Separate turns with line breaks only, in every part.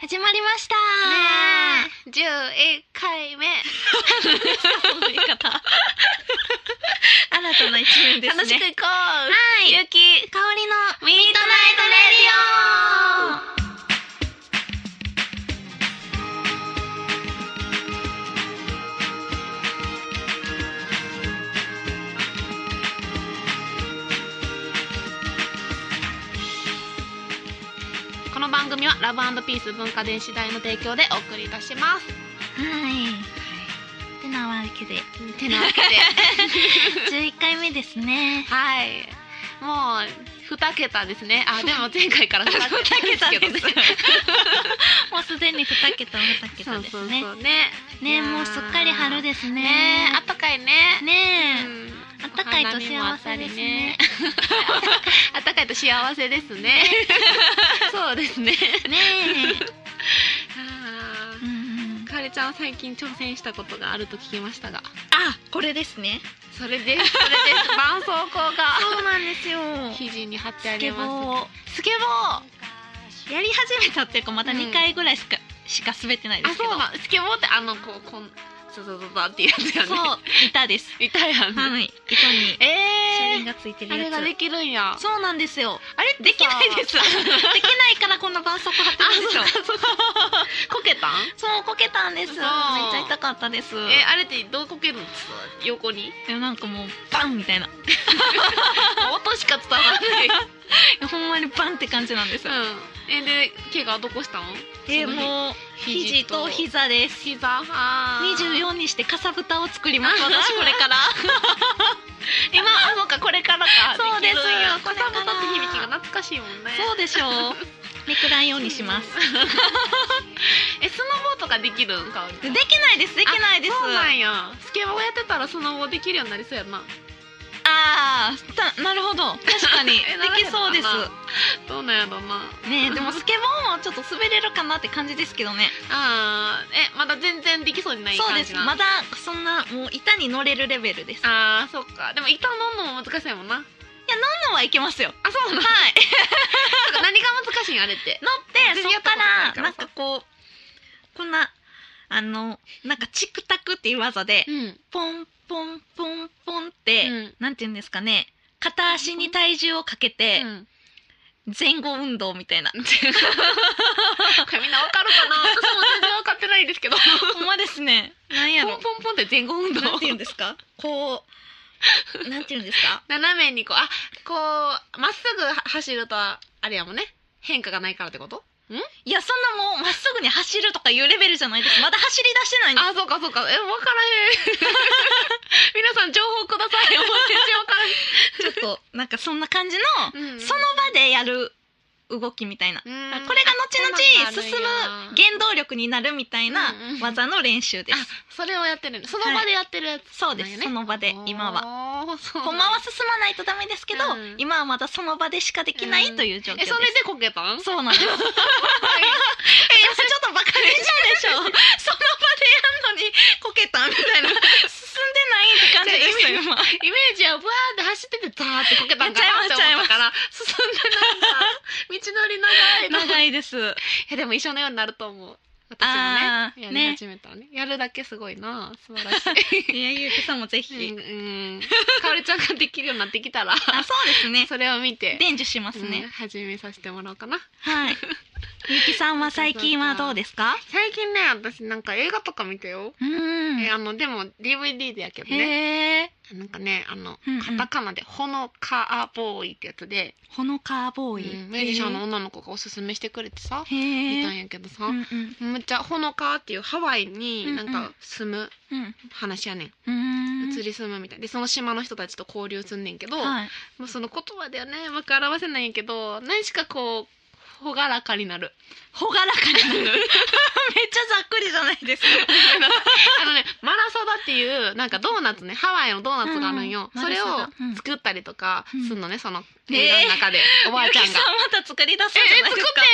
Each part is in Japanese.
始まりました
ねえ11回目
言い方新たな一面ですね
楽しくいこう
はい
ゆうき
香りの
ミートナイトレディオこの番組はラブピース文化電子代の提供でお送りいたします
はいてなわけで
てなわけで
11回目です ね
はいもう2桁ですね あでも前回から2桁ですけどね
もうすでに2桁2
そ
桁
う
で
そ
す
う
ね
そうね
ねもうすっかり春
で
です
ね
ね
あったかいね
ねえ、
うん
あったかいと幸せですね
あったかいと幸せですね そうですね
ね
あ
え、うん
ーかおりちゃんは最近挑戦したことがあると聞きましたが
あこれですね
それですそ れです絆創膏が
そうなんですよ
生地に貼ってあ
ス
り
ケボー
ま
を
すスケボー
やり始めたっていうかまだ
うん
2回ぐらいしか、しか滑ってないで
あ
すけど
そうなんスケボーってあのこうこんザザザザっていうやつやね
そう板です
いたやんね、
はい板に車輪
え
がついて
ー、あ
る
れ
や
がで
つ
きるんや
そうなんですよ
あれ
できない ですできないからこんな絆創膏貼って
あ
るんです
そう
よ
かそうかこけたん
そうこけたんですめ
そ
っ
う
ちゃ痛かったです
えあれってどうこけるの横に
いやなんかもうバンみたいな
音しか伝わらない
いやほんまにバンって感じなんです よ、
うんえで怪我どこしたの
え
その日
もう肘と膝です
膝あー
24にしてかさぶたを作ります
あ
私これから
今あそうかこれからか
そうですよ
きるんや
こ
か
れ
さ
から
ぶたって響きが懐かしいもんね
そうでしょうめくらんようにします
えスノボとかできるんかおりち
で
ゃ
き
ん
ないですできないです
そうなんやスケボーやってたらスノボできるようになりそうやな
ああたなるほど確か にで
えならへん
きそうで
のか
す
などうなんやろうな
ねえでもスケボーもちょっと滑れるかなって感じですけどね
あーえまだ全然できそうにない
そう
感
で
じ
す
な
まだそんなもう板に乗れるレベルですあ
あーそっかでも板乗んのも難しいもんな
のはいけ ますよ
あそうなの
はい
何が難しいんあれって
乗ってそ
全然や
こ
っ
か
たことないから
らなんかこうこんなあのなんかチクタクっていう技で
うん
ポンポンポンポンって、
うん
なんて言うんですかね片足に体重をかけて
うん、
前後運動みたいな
これみんなわかるかな私も全然わかってないですけど
ほんまですねなんや
ポ
ろ
ンポンポンって前後運動
なんて言うんですか こうなんて言うんですか
斜めにこうあこうまっすぐ走るとあれやもんね変化がないからってこと
いやそんなもうまっすぐに走るとかいうレベルじゃないですまだ走り出してないんです
あそうかそうかえわからへん 皆さん情報くださいもう全然わからへん
ちょっとなんかそんな感じの、
うん
その場でやる動きみたいな、
うん
これが後々進む原動力になるみたいな
うんうん
技の練習です、
あそれをやってるのその場でやってるやつ、
そうです、
なんやね
その場で今は
はそう
ほんまは進まないとダメですけど、
うん
今はまだその場でしかできないという状況で
え
す、
それでこけたん
そうなんです えちょっとバカに したでしょその場でやんのにこけたみたいな進んでないって感じでした
イ
今
メージはブワーって走っててザーってこけたんかなって
ちゃい
思
ま
っ
す
たから進んでないんだ道のり長いな
長いです
えでも一緒のようになると思う私も
あ
ね
ー
やり始めたらねやるだけすごいな素晴らし
いやゆうきさんもぜ
い
ひ、
うんうんかおりちゃんができるようになってきたら
あそうですね
それを見て
伝授します
うん
ね、
始めさせてもらおうかな
はいゆうきさんは最近はどうですか
最近ね私なんか映画とか見てよ、
う
え
ん
あのでも DVD でやけどね
へえ
なんかねあの、
うんうん
カタカナで「ほのかあボーイ」ってやつで、
ほのかボ
う
ーイ、
んミュージシャンの女の子がおすすめしてくれてさ、
へえ
見たんやけどさ、
うんうん
むっちゃほのかっていうハワイになん
うんう
か
ん
住む
うん
話やねん、
うん
移り住むみたいでその島の人たちと交流すんねんけど、
はい
もうその言葉ではねうまく表せないんやけど何しかこう朗らかになる
ほがらかになる めっちゃざっくりじゃないですか
あのねマラサダっていうなんかドーナツねハワイのドーナツがあるんよ、
うんうん
それを
マラサダうん
作ったりとかすんのね、その
えー
映画の中 で、 おばあちゃん
ゆき
が
さ。んまた作り出す
え
じゃ
え
ない
作
で
っ
すか
て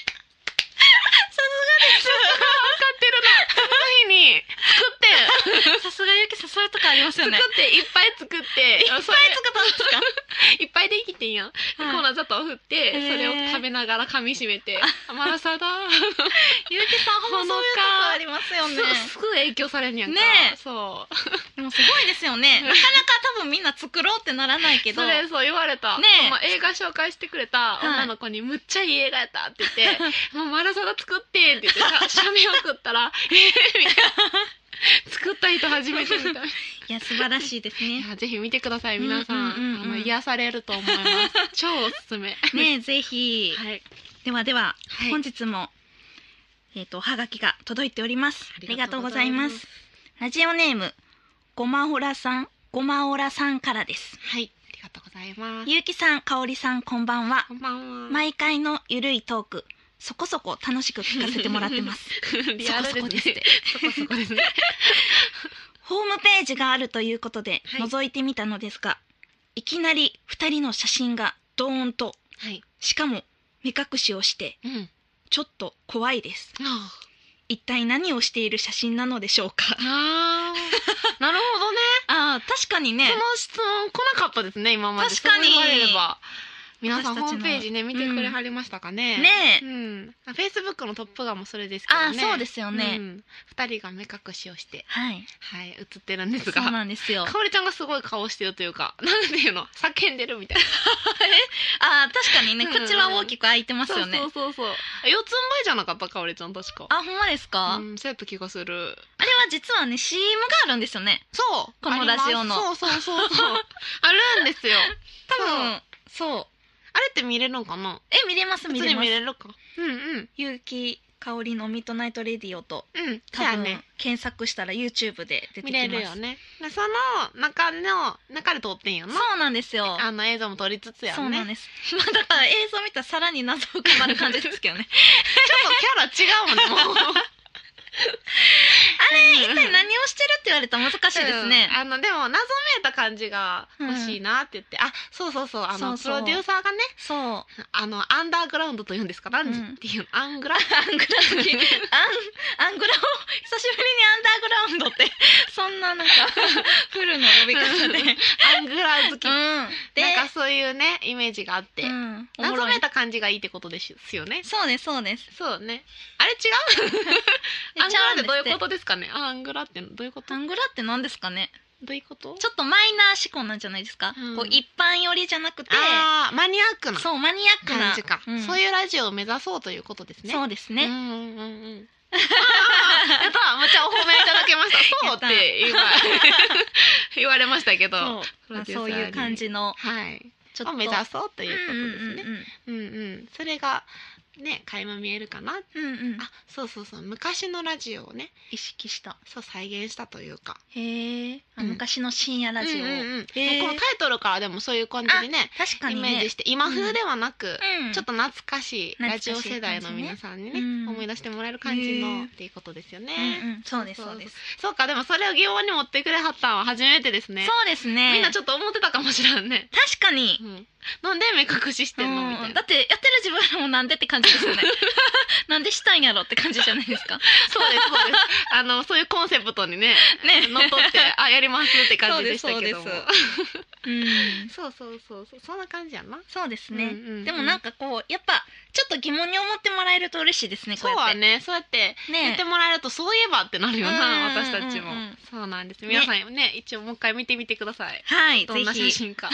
ん分かっ
さ
てるのその日に作ってん
すがさすがゆきさんそういうとこありますよ
作
ね
っていっぱい作って
いっぱい作ったんですか
いっいっぱいできてんやん、
はい
コーラ砂糖振って、
へー
それを食べながら噛みしめて「甘らさだ」
ゆうきさんほんまそういうとこありますよね
すすぐ影響されんねやんか
ねえ
そう
でもすごいですよねなかなか多分みんな作ろうってならないけど
それそう言われた、
ねえ
ほんま映画紹介してくれた
はい
女の子に「むっちゃいい映画やった」って言 って「もうマラサダ作って」って 言ってさ写メ送った ら「えーみたいな作った人初めてみたい ない
いや素晴らしいですね
やぜひ見てください皆さん,、
うんうんうんうん
あの癒されると思い ます超おすすめ
ねえぜひ、
はい、
ではでは、
はい
本日もえっ、とおはがきが届いておりますありがとうございますラジオネームごまおらさんごまおらさんからです
はいありがとうございます
ゆうきさんかおりさんこんばんは
こんばんは
毎回のゆるいトークそこそこ楽しく聞かせてもらってます
リアルですねそこ そこですね
ホームページがあるということで
はい
覗いてみたのですが、い、きなり2人の写真がドーンと
はい
しかも目隠しをして
うん
ちょっと怖いです
あ
一体何をしている写真なのでしょうか
あー なるほどね
あー確かにね
その質問来なかったですね今まで
確か
そ
に
う言われれば皆さん
私
ホー
たちの
ムページね見てくれはりましたかね、
ね
う
え
んフェイスブックのトップガンもそれですけ
あ
ど
ー
ね
そうですよね、
うん二人が目隠しをして
はい
はい映ってるんです
そう
がか
なんですよ
おりちゃんがすごい顔してるというか なんていうの叫んでるみたいな
あー確かにね
うん
口は大きく開いてますよね
そうそうそうそう四つん這いじゃなかったかおりちゃん確か
あほんまですか、
うんそうやった気がする
あれは実はね CM があるんですよね
そう
この
あります
ラジオの
そうそうそうそう あるんですよ
多
そう
分そう
あれって見れるのかな
え見れます
普
見
通
れ
に
ま
見
す
れるかうんうん
結城香織のミッドナイトレディオと
うん、
多
そうや
分、
ね
検索したら YouTube で出てきます
見れるよねでその中の中で撮ってんよな
そうなんですよ
あの映像も撮りつつやね
そうなんです まあだから映像見たらさらに謎深まる感じですけどね
ちょっとキャラ違う もんねもう
あれ一体何をしてるって言われたら難しいですね
うん、あのでも謎めいた感じが欲しいなって言って、あそうそうそうあの
そうそ
プ
う
ロデューサーがね
そうアン
あのアンダーグラウンドと言うんですかなんて
うん
いうのアング ラアン
グラウンドアングラを久しぶりにアンダーグラウンドってそんなな んかフルの呼び方で
アングラ好き、
うんで
なんかそういうねイメージがあって、
うんおも
謎
ろい
めいた感じがいいってことですよね
そうですそうです
そうねあれ違うアングラってどういうことですかねあアングラってどういうこと
アングラって何ですかね
どういうこと
ちょっとマイナー思考なんじゃないですか、
うん
こう一般寄りじゃなくて
あーマニアックな
そうマニアックな
感じか、
うん
そういうラジオを目指そうということですね
そうです
うん
ね、
うんうん うんやっためっちゃお褒めいただけましたそうって今 言われましたけど
そう
プ
ま
ロ
あ
デューサーに
そういう感じの
はい
ちょっ
を
と
目指そうと
と
いうことですねうんうん、それがね垣間見えるかな
うんうんうんうんうん
あそうそうそう昔のラジオをね
意識した
そう再現したというか
へえ、あ
うん
昔の深夜ラジオ、
うんうんうん
へー
このタイトルからでもそういう感じでね
確か
イ
にね
メージして今風ではなく、
うん、
ちょっと懐かしい
懐
ラ
かしい
ジオ世代の皆さんにね
感じねうん
思い出してもらえる感じ
へ
の
ー
っていうことですよ
うん
ね。
うん、そうですそうです
そうかでもそれを疑問に持ってくれはったんは初めてですね。
そうですね
みんなちょっと思ってたかもしれんね。
確かに
う、ん、なんで目隠ししてんのみた
う
い
んだ
な。
ってやってる自分らもなんでって感じですよ ねなんでしたんやろって感じじゃないですか
そうですそう です。あのそういうコンセプトにね
ね
乗っ取ってあやりますって感じでしたけども。
そうですうん
そうそうそうそうそんな感じやな。
そうですね、
うんうんうん
でもなんかこうやっぱちょっと疑問に思ってもらえると嬉しいですね
そ
こう
う
やっ
は
て
ねそうやって言
ね
ってもらえるとそういえばってなるよな
うんうんうん
私たちも
うん。
そうなんです。皆さんね一応もう一回見てみてください。
はい
どんな
ぜ
写
ひ
真
ね
か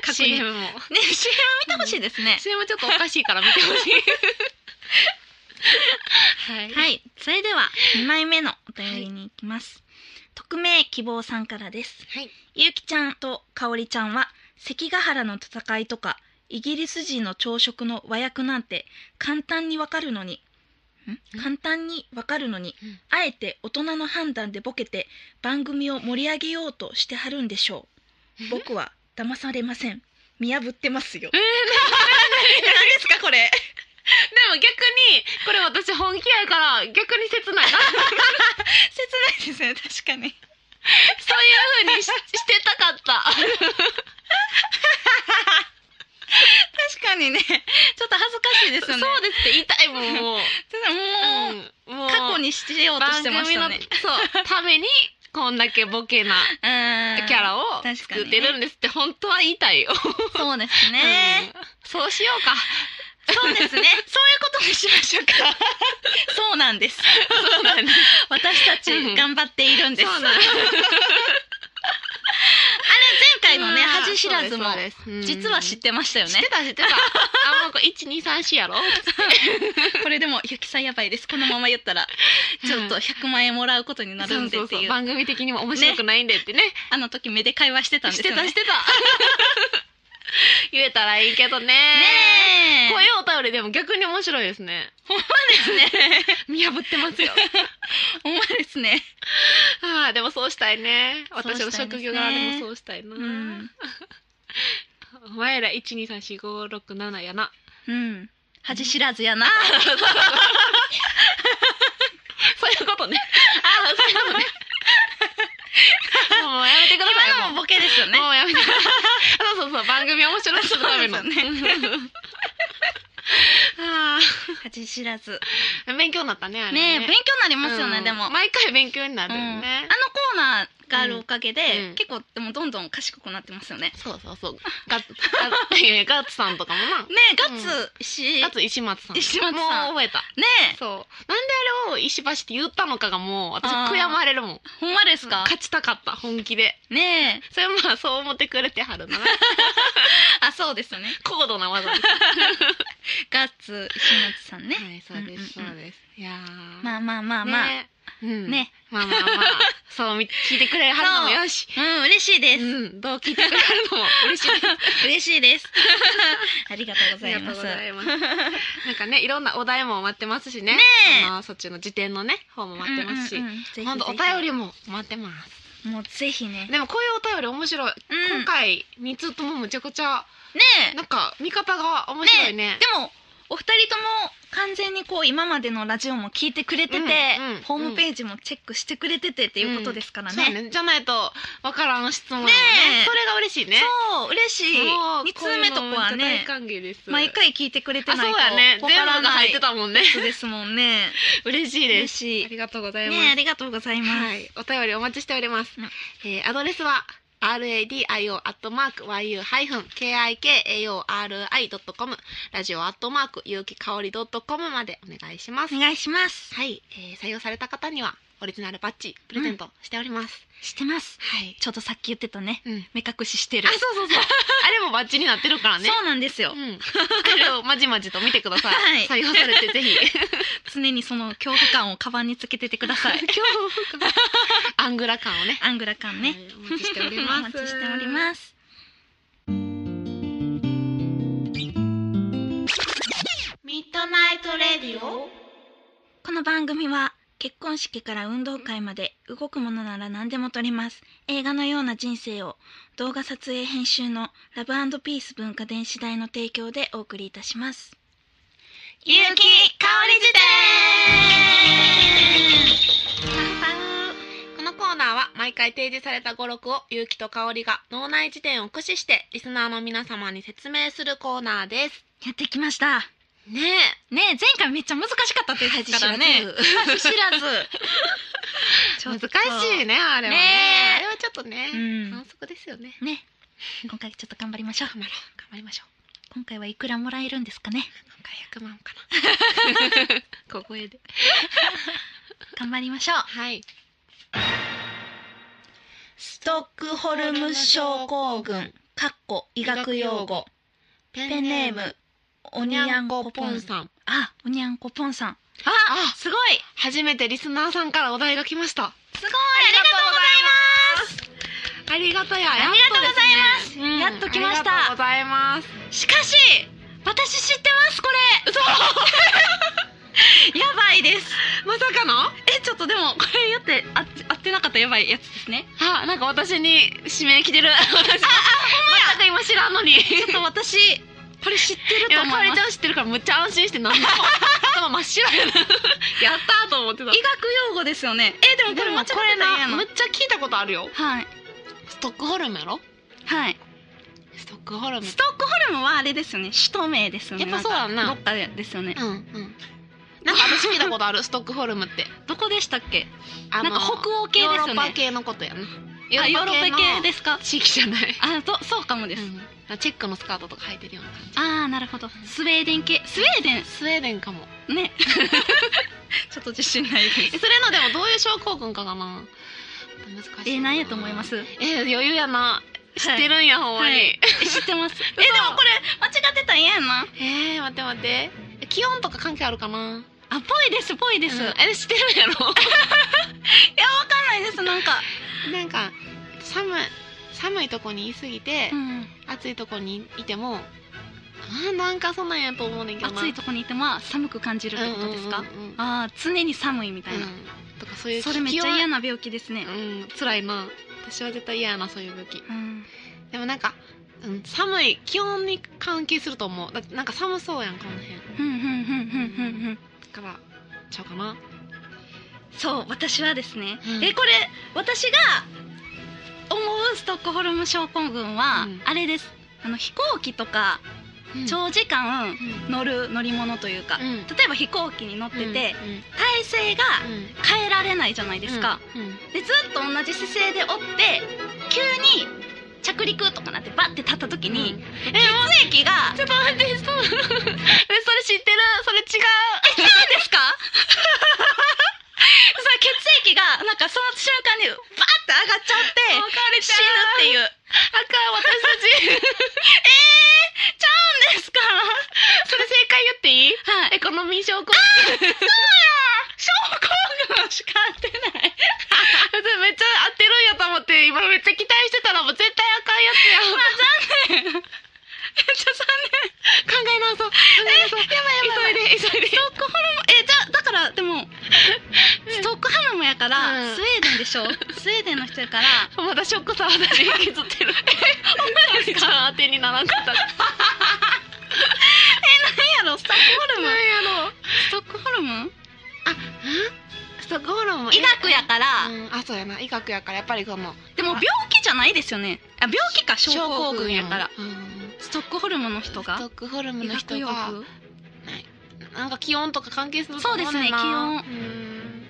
確認
CM も
CM 見てほしいですね、
CM ちょっとおかしいから見てほしいはい
はいいそれでは2枚目のお便りに行きます、匿名希望さんからです
はい
ゆうきちゃんとかおりちゃんは関ヶ原の戦いとかイギリス人の朝食の和訳なんて簡単にわかるのにん
ん
簡単にわかるのに
うん
あえて大人の判断でボケて番組を盛り上げようとしてはるんでしょう僕は騙されません見破ってますよえ何ですかこれ
でも逆にこれ私本気やから逆に切ない な
切ないですね確かに
そういう風にししてたかった
確かにね ちょっと恥ずかしいです
そう
よ
です
ね
って言いたいもんもう、
ちょっともう、
うんもう
過去にしてようと
番
してま
組
した
の
ね
そうためにこんだけボケな
うーん
キャラを
確かに
作ってるんですって本当は言いたいよ。
そうですね、
うんそうしようか。
そうですね そういうことにしましょうか そうなんです
そうなんです。
私たち
うん
頑張っているんです、
そう
前
なんです。
回のね
うん
恥知らずも
そうですそうですうん
実は知ってましたよ
知っ
ね
てた知ってた。あもうこれ一二三四やろ。
これでもゆきさんやばいですこのまま言ったらちょっと100万円もらうことになるんで
そう
って
そう
い
そうう番組的にも面白くないんでってね。
あの時目で会話してたん
し
です
て
よね
たしてた。言えたらいいけどね。
ねえ
こういうお便りでも逆に面白いですね。 見破ってますよ。
ほんまですね
ああでもそうしたいね。私の職業柄
そうしたいです
で
ね
もそうしたいな。お
ほんまですね
前ら一二三四五六七やな。
うん、うん、恥知らずやな
そういうことね。あそういうことね。もうやめてください。
今のもボケですよね
もうやめてください。そうそうそう、番組面白くするための。
そうですよ
あ
恥知らず
あ、勉強になったね。あれ
ねえ勉強になりますよね、
うん
でも、
毎回勉強になる
うん
よ
んあ
ね
の。コーナーがあるおかげで、
うん
結構でもどんどん賢くなってますよね
そうそう そう。ガッツ、ガッいやいやガッツさんとかもな。
ねえガッツし、
ガッツ石松さん。
石松さん
もう覚えた。
ねえ
そう。なんであれを石橋って言ったのかがもう、私
あー
悔やまれるもん。
ほんまですか
勝ちたかった、本気で。
ねえ
それまあ、そう思ってくれてはるな。
あそうですよね
高度な技です。
ガッツ石松さんね、
はい、そうです、
うんうんう
そ
ん
うです。いやー。
まあまあまあまあ、
ね。うん
ね
まあまあまあ。そう、み聞いてくれはるのもよし。
うん嬉しいで
う
す、
ん、どう聞いてくれはる のも嬉しいです。
嬉しいです ありがとうご
あ
ざ
り
い
がと
ま
うご
す
ざいます。なんかね、いろんなお題も待ってますしね。
ねえ
あのそっちの辞典のね、方も待ってますし。ほんとお便りも待ってます。
りもうぜひね
でもこういうお便り面白い。
うん
今回2通ともむちゃくちゃ
ねえ
なんか見方が面白いね。
でもお二人とも完全にこう今までのラジオも聞いてくれてて、
うんうん
ホームページもチェックしてくれててっていうことですからね,、
そうねじゃないとわからん質問やね
ねえ
それが嬉しいね。
そう嬉しい
もう
2通目とこは
こういうのめっちゃ大
ね
歓迎です。
毎回聞いてくれて
あそ
な
う
いと
やね。全
わ
部
から
が
な
入
い
ってたもんね。
ですもんね
嬉しい
嬉
です。
し
あ
い
りがとうございます。
ねありがとうございます、
はい、お便りお待ちしております。
うん
えーアドレスは r a d i o アットマーク y u ハイフン k i k a o r i ドットコムラジオアットマーク有機香りドットコムまでお願いします。
お願いします
はい、えー採用された方にはオリジナルバッジプレゼントしております。
してます
はい。
ちょっとさっき言ってたね
うん。
目隠ししてる
あ、そうそうそう。あれもバッジになってるからね。
そうなんですよ、
うん。あれをまじまじと見てください。
は
採用さ れてぜひ。
常にその恐怖感をカバンにつけててくださ い
恐怖感アングラ感をね
アングラ感ね、
はいお待ちしており
お
ます
待ちしております
ミッドナイトレディオ
この番組は結婚式から運動会まで動くものなら何でも撮ります映画のような人生を動画撮影編集のラブピース文化電子代の提供でお送りいたします
有機香り辞典このコーナーは毎回提示された語録を有機と香りが脳内辞典を駆使してリスナーの皆様に説明するコーナーです
やってきました
ね
ねえ前回めっちゃ難しかったって言ってたからね
恥
恥知らず ちょ
難
っと
しいねあれはね
ねえ
あれはちょっとね、
うん
反則ですよね
ね今回ちょっと頑張りましょう
頑張ろう頑張りましょう
今回はいくらもらえるんですかね
今回100万か な小声で
頑張りましょう
はい
ストックホルム症候群かっこ医学用語
ペ
ペンネームお
お
に
に
ゃ
ゃ
ん
ん
こ
こ
ぽ
ぽ
ん
ん
さ
さ
ん
ん
あおにゃんこぽんさんあ
あ
すごい
初めてリスナーさんからお題が来ました
すごい
ありがとうや
ありがとうございます
や
やっ
っ
と
と
来
来
ま
ま
し
したたありがとうございます
しかし私知ってますこれ
嘘
やばいです
まさかの
えちょっとでもこれ言ってあっ合ってなかったらやばいやつですね
あなんか私に指名来てる 私全く今知らんのに
ちょっと私これ知ってる
い
と
や
思
かお
い
り
ま
ち
す
ゃん知ってるからむっちゃ安心してなんでも頭真っ白 やなやったーと思ってた
医学用語ですよねえでもこれ間違ってたら嫌
でもこれな
な
むっちゃ聞いたことあるよ
はい
ストックホルムやろ
はい
ストックホルム
ストックホルムはあれですよね首都名ですよね
やっぱそうやんな
どっかですよね
うんうんなんか私聞いた ことあるストックホルムって
どこでしたっけ
あの
なんか北欧系です
ヨー
よね
ロッパ系のことやなヨ
あヨー
ーロ
ロ
ッ
ッ
パ
パ
系
系
の
ですか
地域じゃない
あとそうかもです、
うんチェックのスカートとか履いてるような感じ
ああなるほどスウェーデン系スウェーデ
スウェーデンかも
ン ねちょっと自信ない
え
です
それのでもどういう症候群かがな難しいな
えー、何やと思います
えー余裕やな知ってるんや、ほんまに、
はいえ知ってますえでもこれ間違ってたら嫌やな
えー、待って待ってえ気温とか関係あるかな
あぽいですぽいです、
うん
いやわ
え知ってるんやろ
かんないですなんか、
なんか寒い寒いとこにいすぎて、
ん、
暑いとこにいてもあーなんかそんなんやと思うねんけどな
暑いとこにいてまあ寒く感じるってことですか、
うんうんうんうん
ああ常に寒いみたいな、
うんとかそういう
それめっちゃ嫌な病気ですね
気、温うん辛いな私は絶対嫌やなそういう病気
うん
でもなんか、うん、寒い気温に関係すると思うだってなんか寒そうやんこの辺だ
ふんふんふんふんふんふん
からちゃうかな
そう私はですね、
うん
えこれ私が思うストックホルム症候群は、
うん
あれですあの飛行機とか
ょ
長時間
うん
乗る乗り物というか、
うん
例えば飛行機に乗ってて、体勢が
うんうん
変えられないじゃないですか、
うんうん
でずっと同じ姿勢でおって急に着陸とかなってバッて立った時に、
うん
血液がちょっと待ってそうえそれ知ってるそ れ違う違うんですか それ血液がなんかその瞬間にバーって上がっちゃって
れ
死 ぬっていう
あかん 私たち
ちゃうんですか
それ正解言っていい
はい
エコノミー症候群
症候群しか合ってない
普通めっちゃ合ってるんやと思って今めっちゃ期待してたらもう絶対あかんやつやん
めっちゃ残念
考え直そう考え直そう
やばいやばい
急いで急いで
ストックホルムえじゃあだからで もストックハルムやから、
うん
スウェーデンで しょスウェーデンの人やから
まだショックさ私削ってるえお前ちゃん当てにならんかったな
何やろストックホルム
やろ
ストックホルム
ストックホルムも
医学やから、
うんあそうやな医学やからやっぱりこの
でも病気じゃないですよねあ病気か症候群やから
うんうん
ストックホルムの人
スト
が
ックホルム
医
の人
学用
が
具
なんか気温とか関係すると
そうです
思
ね
な
気
うん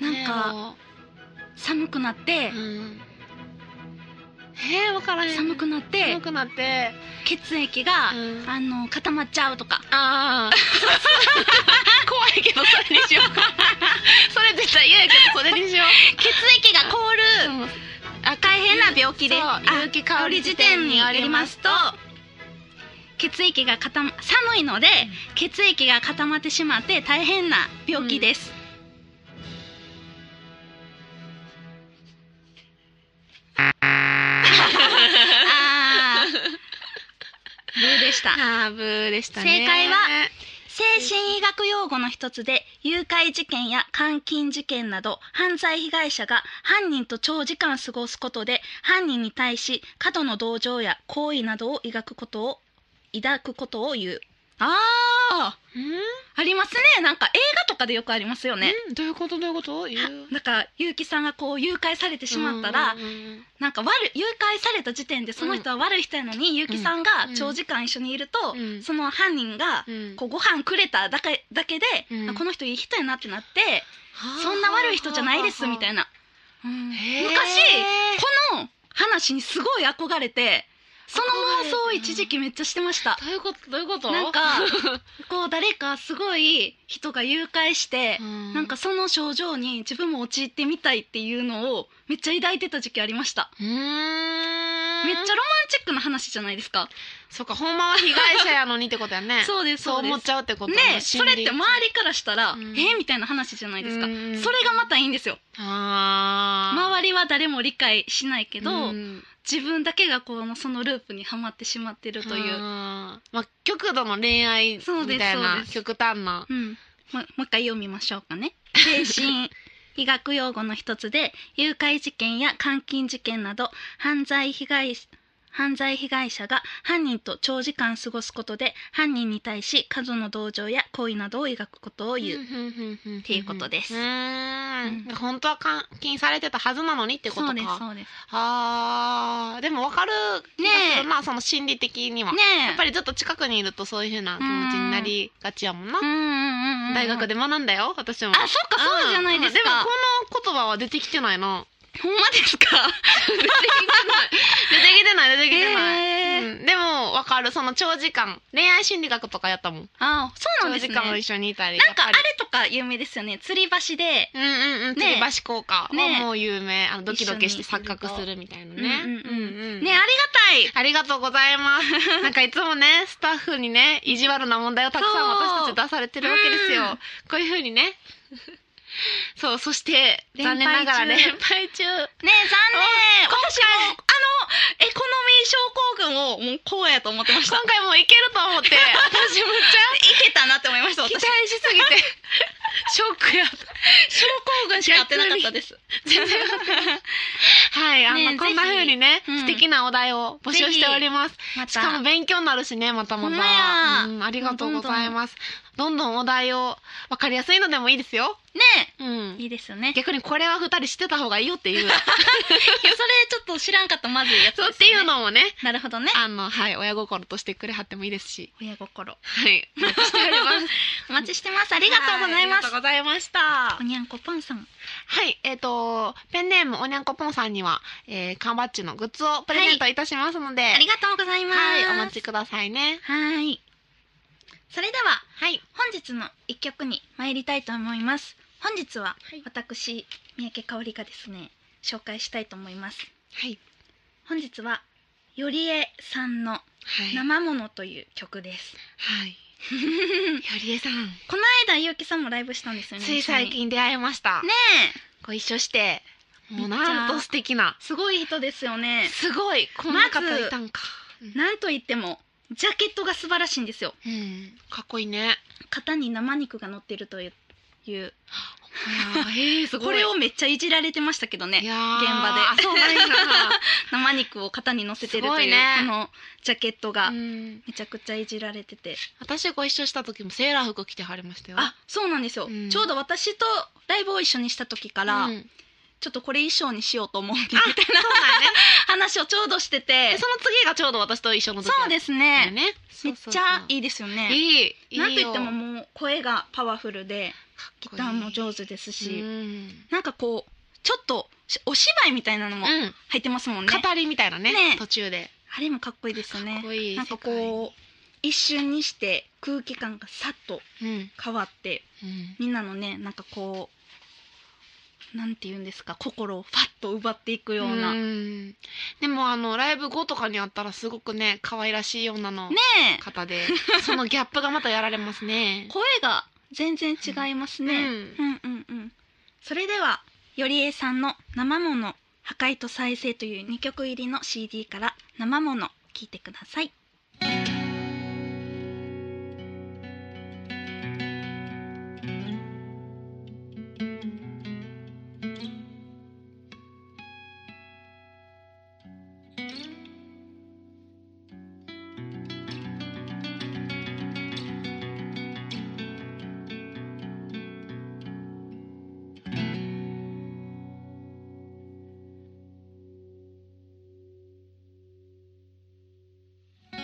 なんか寒くなって
ねえもううんえー分からへん
寒くなっ
寒
て
くなって
血液が
うん
あの固まっちゃうとか
ああ怖いけどそれにしよう それ絶対嫌やけどそれにしよ
血液が凍
う、
る
うん
大変な病気で
そう
あ
有機香り
時点によりますと血液が固ま寒いので血液が固まってしまって大変な病気です、 あーブーでした
あーブーでしたね
正解は精神医学用語の一つで誘拐事件や監禁事件など犯罪被害者が犯人と長時間過ごすことで犯人に対し過度の同情や好意などを抱くことを抱くことを言うああありますねなんか映画とかでよくありますよ
うん、
ね
うんどういうことどういうこと言う
だから結城さんがこう誘拐されてしまったら、
うんうんうん
なんか悪い誘拐された時点でその人は悪い人やのに、結城さんが長時間一緒にいると、
うん
その犯人が
うん
こうご飯くれただけだけで、
うん
あこの人いい人やなってなって、そんな悪い人じゃないですみたいな、うん
へー
昔この話にすごい憧れてその妄想を一時期めっちゃしてました
どういうことどういうこと
な んかこう誰かすごい人が誘拐して、
な
なんかその症状に自分も陥ってみたいっていうのをめっちゃ抱いてた時期ありました
うーん
めっちゃロマンチックな話じゃないですか
そうかほんまは被害者やのにってことや ね
そうです
そう
そうです
思っちゃうってこと
ねえそれって周りからしたら、
うん
えみたいな話じゃないですか、
うん
それがまたいいんですよ
あ
周りは誰も理解しないけ
り
ど、自分だけがこのそのループにはまってしまってるという、
まあ極度の恋愛み
そうです
たい
そう
な
です
極端な
うん、もうもう一回読みましょうかね 精神医学用語の一つで誘拐事件や監禁事件など犯罪被害犯罪被害者が犯人と長時間過ごすことで犯人に対し過度の同情や好意などを描くことを言う、
って
いうことです
うーん
うん
本当は監禁されてたはずなのにってこと
そ
か
うですそうです
あーでもわかる気がするな、その心理的には、
ねえ
やっぱりずっと近くにいるとそういうふうな気持ちになりがちやもんな、
うんうんうんうん
大学で学んだよ私も
あそっかそうじゃないですか
うんでもこの言葉は出てきてないな
ほんまですか
出てきてない出てきてない、
へ
うん、でもわかるその長時間恋愛心理学とかやったもん
あそうなん
長
です
時
ね
間も
な
一緒にいたり
んかあ
やっぱ
れ
り
とか有名ですよね吊り橋で
うんうんうん、
ね
吊り橋効果
ね
はもう有名、あのドキドキして
一緒に
錯
すると
覚するみたいなね。
うん
うん
うんうん
うん
ねありがたい
ありがとうござい ます。なんかいつもね、スタッフにね、意地悪な問題をたくさん
そう
私たち出されてるわけですよ。
うん
こういうふうにね。 そう、そして、
連敗
残念
中
ながら連敗中。
ねえ残念私もあのエコノミー症候群をもうこうやと思ってました
今
い
回もういけると思 って、私むっちゃ
けたなって思いました
期
私
待しすぎて、 ショックやった。
症候群しか合ってなかったです
はい、あの、
ねえ
こんな
ぜひ
風にね、
うん
素敵なお題を募集しております。
ま
しかも勉強になるしねまたま
ほん
た
まや
うん、ありがとうございますどんどんお題を分かりやすいのでもいいですよ、
ね
う
え
ん、
いいですよね
逆にこれは2人知ってた方がいいよって いう
いやそれちょっと知らんかったまずいやつ
そ
ですよ
う
ね
っていうのもね
なるほどね
あの、はい、親心としてくれはってもいいですし
親心
はい お待ちしております
お待ちしてますあ
あ
りがとうございま
ありが
す
とうございました
おにゃんこぽんさん
はいえっ、とペンネームおにゃんこぽんさんには、えー、缶バッジのグッズをプレゼントいたしますので、は
ありがとうございます
はいお待ちくださいね
はいそれでは
はい
本日の一曲に参りたいと思います本日は
はい
私三宅香織がですね紹介したいと思います
はい
本日はよりえさんの
はいはい
生ものという曲です、
よりえさん
この間ゆうきさんもライブしたんですよね
つい
一緒に
最近出会いました、
ねえ
ご一緒してもう
めっちゃ
なんと素敵な
すごい人ですよね
すごいこんな方いたんか、
なんといってもジャケットが素晴らしいんですよ
うんうんかっこいいね
肩に生肉が乗ってるといういう
えー、すごい
これをめっちゃいじられてましたけど
い
ね
や
現場で
あそうなんや
生肉を肩に乗せてる
す
と
ご
い
いうね
このジャケット
な、
が
うん、
めちゃくちゃいじられてて
私ご一緒した時もセーラー服着てはりましたよ
あそうなんですよ、
うん
ちょうど私とライブを一緒にした時から、
うん、
ちょっとこれ衣装にしようと思うみたい
あ
な
そうなんやね
話をちょうどしてて
でその次がちょうど私と一緒の時
そう
す
ですね
ね
めっちゃい
い
いですよね
いいいいよ
なんといってももう声がパワフルでギターも上手です
だ
し、
うん、
なんかこうちょっとしお芝居みたいなのも
うん
入ってますもんね、
語りみたいなね
ね
途中で
あれもかっこいいですよ
か
ね
っこいい
なんかこう一瞬にして空気感がさっと
う、うん
変わって
うん、
みんなのねなんかこうなんて言うんですか心をファッと奪っていくような、ね
んでもあのライブ後とかにあったらすごくね可愛らしい女の
え
方で、そのギャップがまたやられますね。
声が全然違いますね、うん、うんうんそれではよりえさんの「生もの破壊と再生」という2曲入りの CD から「生もの」聴いてください
「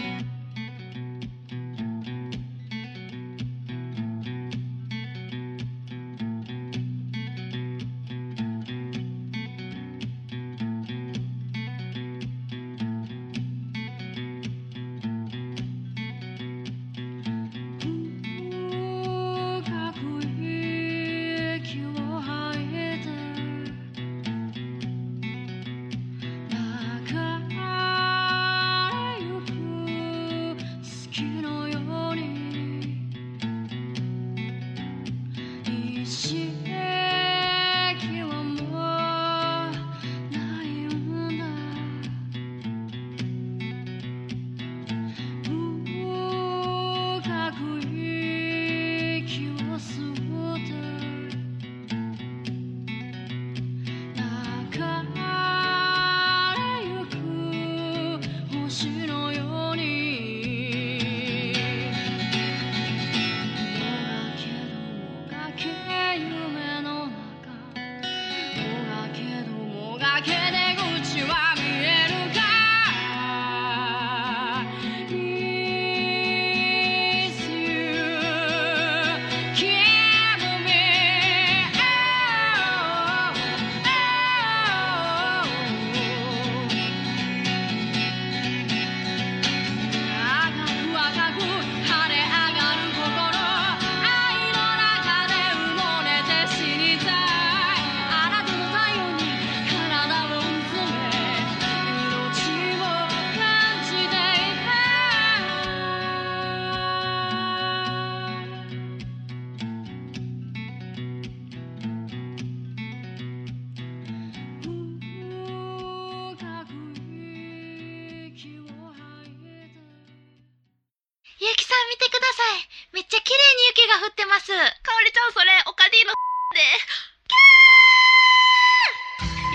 めっちゃ綺麗に雪が降ってます
かおりちゃんそれオカデ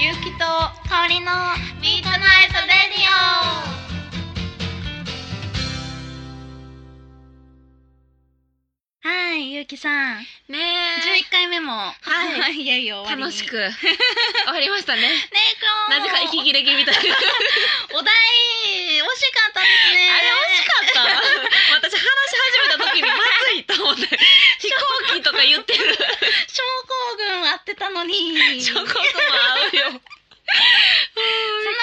ィのでゆうきと
香りの
ミートナイトレディオ
はいゆうきさん
ね
11回目もはい いやいよ終わりに
楽しく終わりましたね
ねえこう
なぜか息切れ気味というあれ惜し
お題惜しかったですね
かった私話し始めた時にまずいと思って飛行機とか言ってる
症候群合ってたの に
チョコとも合うよびっ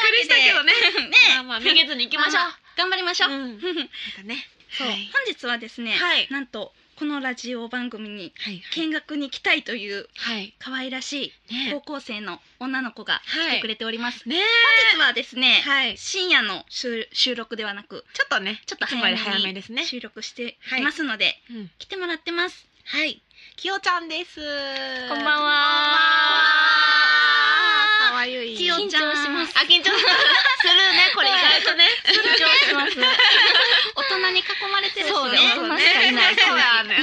くりしたけどね
ね
まあまあめげずに行きましょう
まあまあ頑張りましょう、
うんね
そう、
はい
本日はですね、
はい
なんとこのラジオ番組に
はい
見学に来たいという
はい
可愛らしい
ね
高校生の女の子が来てくれております、
ね
本日はですね、
はい
深夜の収収録ではなく
ちょっとねちょっと早
早め
め
に
早めですね
収録して
はい
いますので、
うん
来てもらってます
はいきよちゃんです
こんばんは
かわゆい
きよちゃん
あ緊張する するねこれ意外とね
緊張します大人に囲まれてるしね
そうね
大人しかいない
そうだね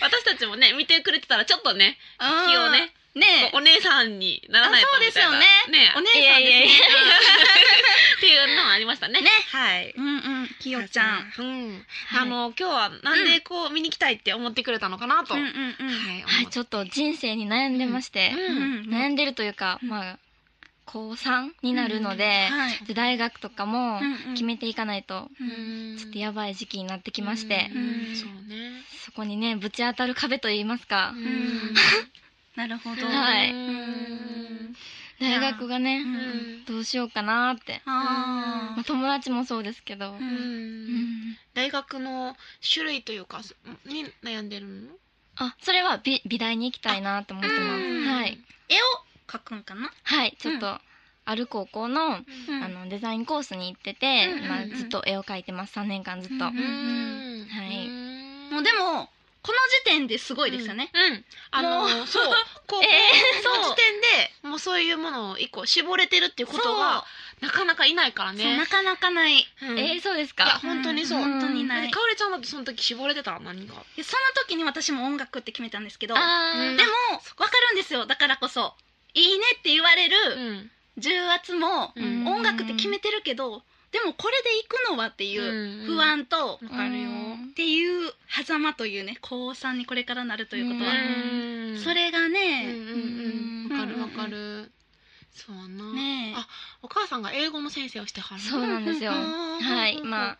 私たちもね見てくれてたらちょっとね
うん
気をね
ねえ
お姉さんにならないとみたいな
あそうですよねお姉さんですね
いやいやいやっていうのもありましたね
ね
はい
うんうんきよちゃん
うん
はい
あの今日はなんでこう見に来たいって思ってくれたのかなと
うんうん
は
うん
い
は
思
い
っ
ちょっと人生に悩んでまして、
うん
うん
悩んでるというかまあ高3になるので、
はい
で大学とかも
うんうん
決めていかないと
うん
ちょっとやばい時期になってきまして、
うん
うん
そうね
そこにねぶち当たる壁といいますか、
うん
なるほど
は
う
い
ん
大学が
う
ね、
ん
どうしようかなって、
あ
まあ、友達もそうですけ
ん
ど、うん
大学の種類というかすに悩んでるの
あそれは美美大に行きたいなと思ってます、
うん
はい、
絵を描くんかな
はい、ちょっと、ある高校
う
の,、
ん
あのデザインコースに行ってて、
うんうんうん
まあ、ずっと絵を描いてます3年間ずっと、
うん
うん
はい
うん
もうでもこの時点ですごいですよね、
うん、あの
も
そうこう、
え
その時点でもうそういうものを一個絞れてるっていうことがなかなかいないから
そうな
ね。
かなかない
うん
え
い
ー、そうです
や
か
本当にそう。
うん
本当に
だっ
な
て
い
かおりちゃんだってその時絞れてた何か。
でその時に私も音楽って決めたんですけどでも
あー、
うん
分かるんですよだからこそいいねって言われる
うん。
重圧も
うん
うん
音楽って決めてるけどでもこれで行くのはっていう不安と
わかるよ。
うん
っていう狭間というね高3にこれからなるということは
うん
そ。れが
うん
ね
うんうん。わかる
うん
わかる。そうやな。
ねえ
あお母さんが英語の先生をしてはる。
そうなんですよ
あー
はいまあ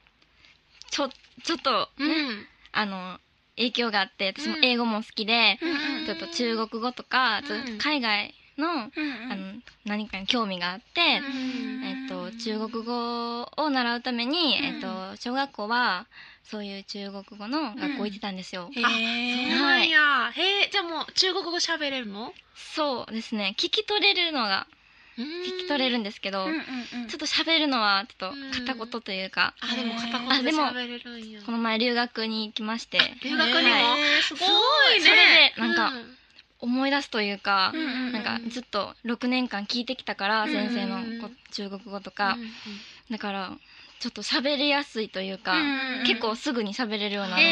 ちょちょっと、
うん。
あの影響があって私も
うん
英語も好きで、
うん
ちょっと中国語とか、ちょっと海外の,、
うん
あ
うん
の何かに興味があって、
うん
えっと、中国語を習うために、
うん
えっと、小学校はそういう中国語の学校行ってたんですよ、
へ
あ
ー
そうなんや。へえじゃあもう中国語喋れるの？
そうですね聞き取れるのが聞き取れ
る。
るんですけど、
うんうんうん
ちょっと喋るのはちょっと片言というか、
あでも片
あ
言
で
で
も
喋れるんや。
この前留学に行きまして
留学にも、
は
へーすごい
い
それでなんか思い出すというか、
うんうんうん
なんかずっと6年間聞いてきたから、
うん
先生のこ中国語とか、だからちょっと喋りやすいというか、
うんうん
結構すぐに喋れるようになり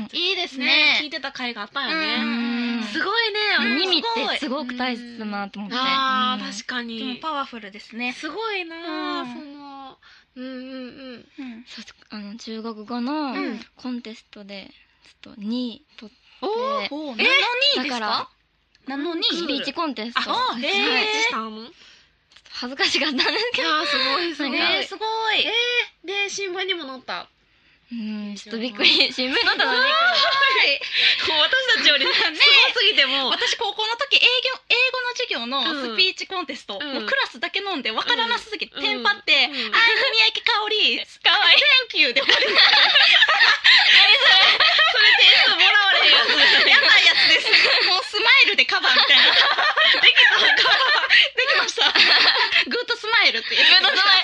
まし
えー、いいですね聞いてた回があったよ
た、
う
ね、
ん
すごいね、
うん
うん
耳ってすごく大切だなと思って、
あ
うん
ー確か
でも
に
パワフルですね
すごいな、
うん
そのうんうんうん
うん
そうですあの中国語の
うん
コンテストでちょっと2位取っ
お
て、
え
おーなのにです
だか
からなのに
スピーチコンテスト
あ
は
へ
い
え
はい
したのい
恥ずかしかったんですけ
や
ど、
ーすごいすごい、
なんか
えーすごい
えーで新聞にも載った
うん、ちょっとびっくり新聞だったのに
私たちよ りすごすぎても
私高校の時英語英語の授業
うん
のスピーチコンテスト、
ん
もうクラスだけ飲んでわからなすぎて、
うん
テンパって
うん
「あー宮城香織かわいい Thank you」で終わりま
もらわれへんやつ
したやばいやつですもうスマイルでカバーみたいなできたカバーできましたグッドスマイルっていう
グッドスマイ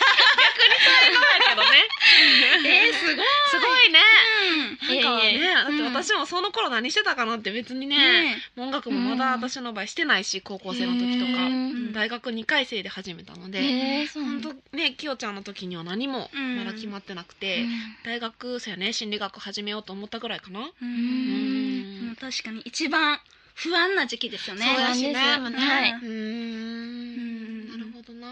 そうやけどね
えー、すごい
すごいね、
い
なんか
えい
ね、
え
だって
うん
私もその頃何してたかなって別にね
ね
音楽もまだ私の場合してないし高校生の時とか、
うん
大学2回生で始めたので、
ね
えーそうなんだ
本当ねきよちゃんの時には何も
うん
まだ決まってなくて、
う
大学生ね心理学始めようと思ったぐらいかな。
う
うん
もう確かに一番不安な時期ですよね
そうだしね
不安ですよ
はい
うん
ん
なるほどな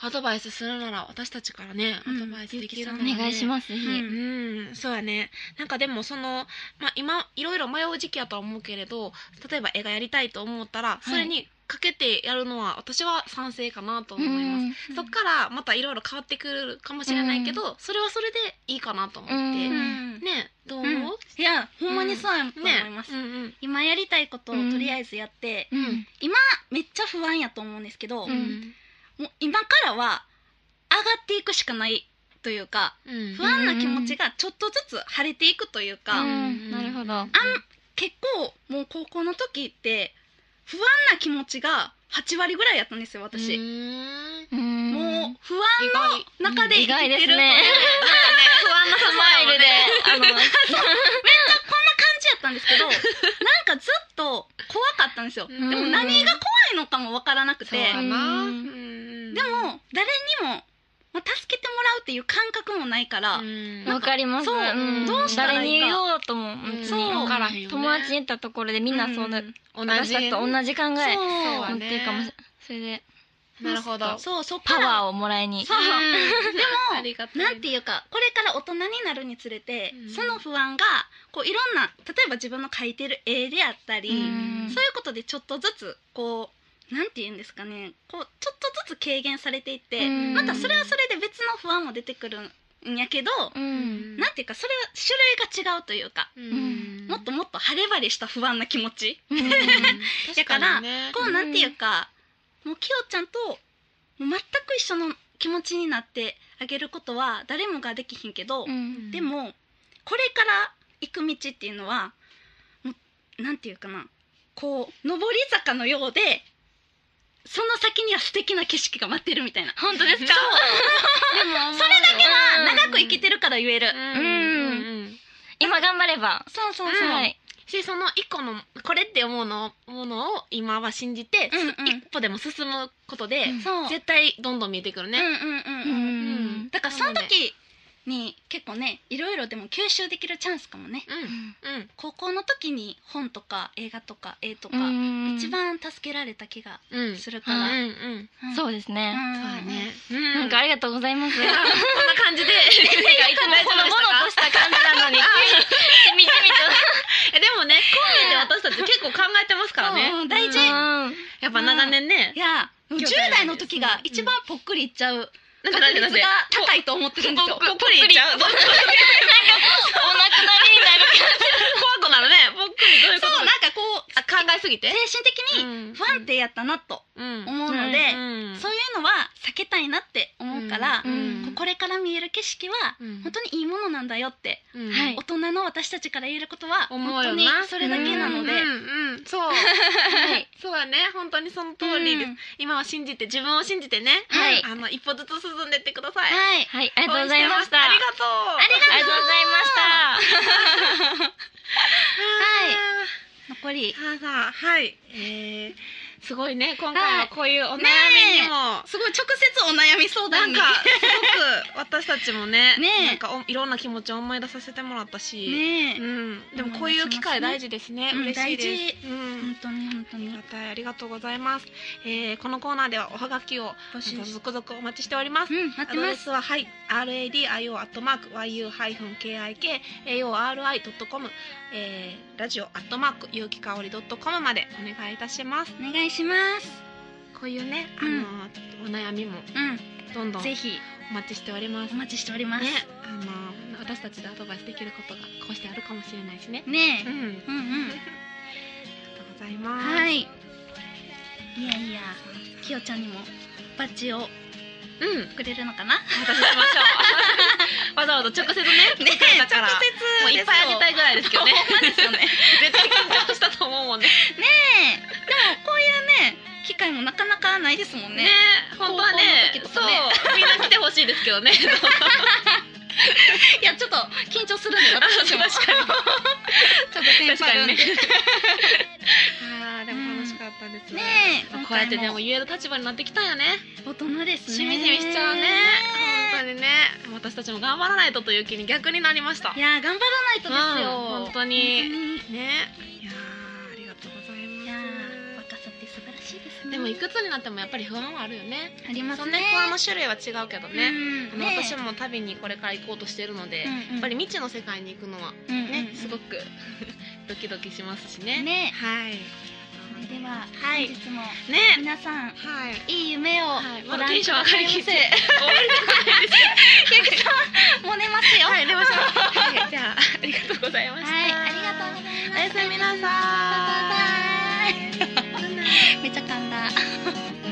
アドバイスするなら私たちからねア
うん
ドバイスできそうな
お願いし
す
ます、
う
うん
うん、そうやねなんかでもその、まあ、今いろいろ迷う時期やとは思うけれど例えば絵がやりたいと思ったらそれにかけてやるのは私は賛成かなと思います、
ん
そっからまたいろいろ変わってくるかもしれないけど、それはそれでいいかなと思って、
うん
ね
うん
どう
うん
思う、
いやほんまにそうやと思
ね
いま
う
す
んうん
今やりたいことをとりあえずやって
う
うん
ん
めっちゃ不安やと思うんですけど
う
うんん
もう今からは上がっていくしかないというか
うん
不安な気持ちがちょっとずつ晴れていくというか、
うんなるほど
あん
結構もう高校の時って不安な気持ちが8割ぐらいやったんですよ
私
私、
うん
もう不
意外
安の中で生
意
きて
外で
る
す
と いう、
ね
不安な
スマイルであの
感じやったんですけどなんかずっと怖かったんですよ
で
怖
ん
も何
何が
いのかもわからなくて
そうや
でも
な、う
うん
ん
誰にも、まあ助けてもらうっていう感覚もないから、
うん
わかります
そう
どうしたら
誰
い
に
いか
言おうとも別に
そう
うん
わからへんよね
友達に言ったところでみんなそうな、
ん
同
私たちと同じ考
そ
そう
え
う
持
や
っ
ね
てるかもしれないそれで
なるほど
そうそっか
パ
ら
ワーをもらいに
そう
うん
でも
ありがたい
なんていうかこれから大人になるにつれて、
うん
その不安がこういろんな例えば自分の描いてる絵であったり、
うん
そういうことでちょっとずつこうなんて言うんですかねこうちょっとずつ軽減されていって、
うん
またそれはそれで別の不安も出てくるんやけど、
うん
なんていうかそれは種類が違うというか、
うん
もっともっと晴れ晴れした不安な気持ち、
うん
うん
だから
確にね
こうなんていうかもうきよちゃんともう全く一緒の気持ちになってあげることは誰もができひんけど、
うん
でもこれから行く道っていうのはもうなんていうかなこう上り坂のようでその先には素敵な景色が待ってるみたいな
本当ですか
でも
それだけ
うん
は長く生きてるから言える、
うんうん
今頑張れば
そうそう
そう
はい
しその一個のこれって思うのものを今は信じて
うんうん
一歩でも進むことで
うん
そう
絶対どんどん見えてくる
うん
ね
うんうんうん、
ん
だからその時に結構ねいろいろでも吸収できるチャンスかもね
うんうん
高校の時に本とか映画とか絵とか、
うん
一番助けられた気が
うん
するから、
う
うんうん
うん
そうですね、
うん
そうやね
な んかありがとうございます。なんかい
こんな感じで
つもこのものとした感じなのに、みじみ
えでもねこう見えて私たち結構考えてますからね
うんうん大事
と。うん
やっぱ長年ね
いやでも
兄弟なんで
10
す
代の時が一番ぽっくりいっちゃう
なん
確
でなんでなん
率
で
が高いと思ってるんですよ
ぽっくりいっちゃう怖
お亡くなりになる
くなるねぽっくりどういうこ
そうなん
と
かこう
あ考えすぎて
精神的に不安定やったなと
うん
思うので、
うん
そういうのは避けたいなって思うから、
うん
ここれから見える景色は
うん
本当にいいものなんだよって、
うん
はい
大人の私たちから言えることは
思う
本当
よ
に
な
それだけなので、
うんうんうんそう
はい
そうだね本当にその通りです、
うん
今は信じて自分を信じてね、
はい
あの一歩ずつ進んでってください、
はい、
はい、ありがとうございました。
応援してますありがとう
あ
あ
りがとう
りがとうござい ました。
残り
はいさあさあはいえー、すごいね今回
は
はいこういうお悩
ね
み
え
にも、
すごい直接お悩み相
な
談
ん
に
かすごく私たちもね
ねえ
なんかおいろんな気持ちを思い出させてもらったし、
ねえ、
うん、でもこういう機会大事ですね
うん
嬉しいです、うん
本当に本当
あり
に
がたいありがとうございます、えー、このコーナーではおはがきを
募集し
続々お待ちしております
うん待っ
ア
て
ド
ま
レ
す
スははい RADIO アットマーク YU-KIKAORI.com、えー、ラジオアットマーク有機香り .com までお願いいたします
お願いします
こういうね、あ
う
の
ん
ーちょっとお悩みも
う
どんどんお
んぜ
待
ひ
ちしております
お
ね、
待ちしております、
あのー私たちでアドバイスできることがこうしてあるかもしれないしね
ね
う
え、
ん
うん、うん
ありがとうございます
はいいやいやきよちゃんにもバッジを
うん
くれるのかな
お渡ししましょ うわざわざ直接ね
ね
えだからもういっぱいあげた
い
いぐらいですけどね
ほんまですよねね
絶対緊張したと思うもんね
えでもこういうね機会もなかなかないですもんね
ね本当はね
高校の時と
そう
かね
みんな来てほしいですけどねそう
いやちょっと緊張するんで私も
確かに先輩いるんで
確
あーでも楽しかったです
ねえ
まあこうやってでも言える立場になってきたんやね
大人ですね
しみじみしちゃうね本当にね私たちも頑張らないとという気に逆になりました
いやー頑張らないとですよ、
うん本当にねいやーありがとうござい
いやー
ま
若さって素晴らしいです
す
ね
でもいくつになってもやっぱり不安はあるよね
あります
そん
ね
な不安の種類は違うけどね、あ
うん
の
ね
私も旅にこれから行こうとしてるので、
うん
や
うん
っぱり未知の世界に行くのは
うんうん
ね、すごく ドキドキしますしね。
ね
はい。
それでは、
はい
本日も
ね。
皆さん
はい。
いい夢を
はい
ご覧くだ
まだ
さ
テン
いま
ション上がりきっ
せ、
て終わりじゃないです
もう寝ますよ
か。はい、寝ましょう。
は
はい、じゃあありがとうございました。
いありがとうございます
おやすみなさ
バイバイ
い。
めっちゃ噛んだ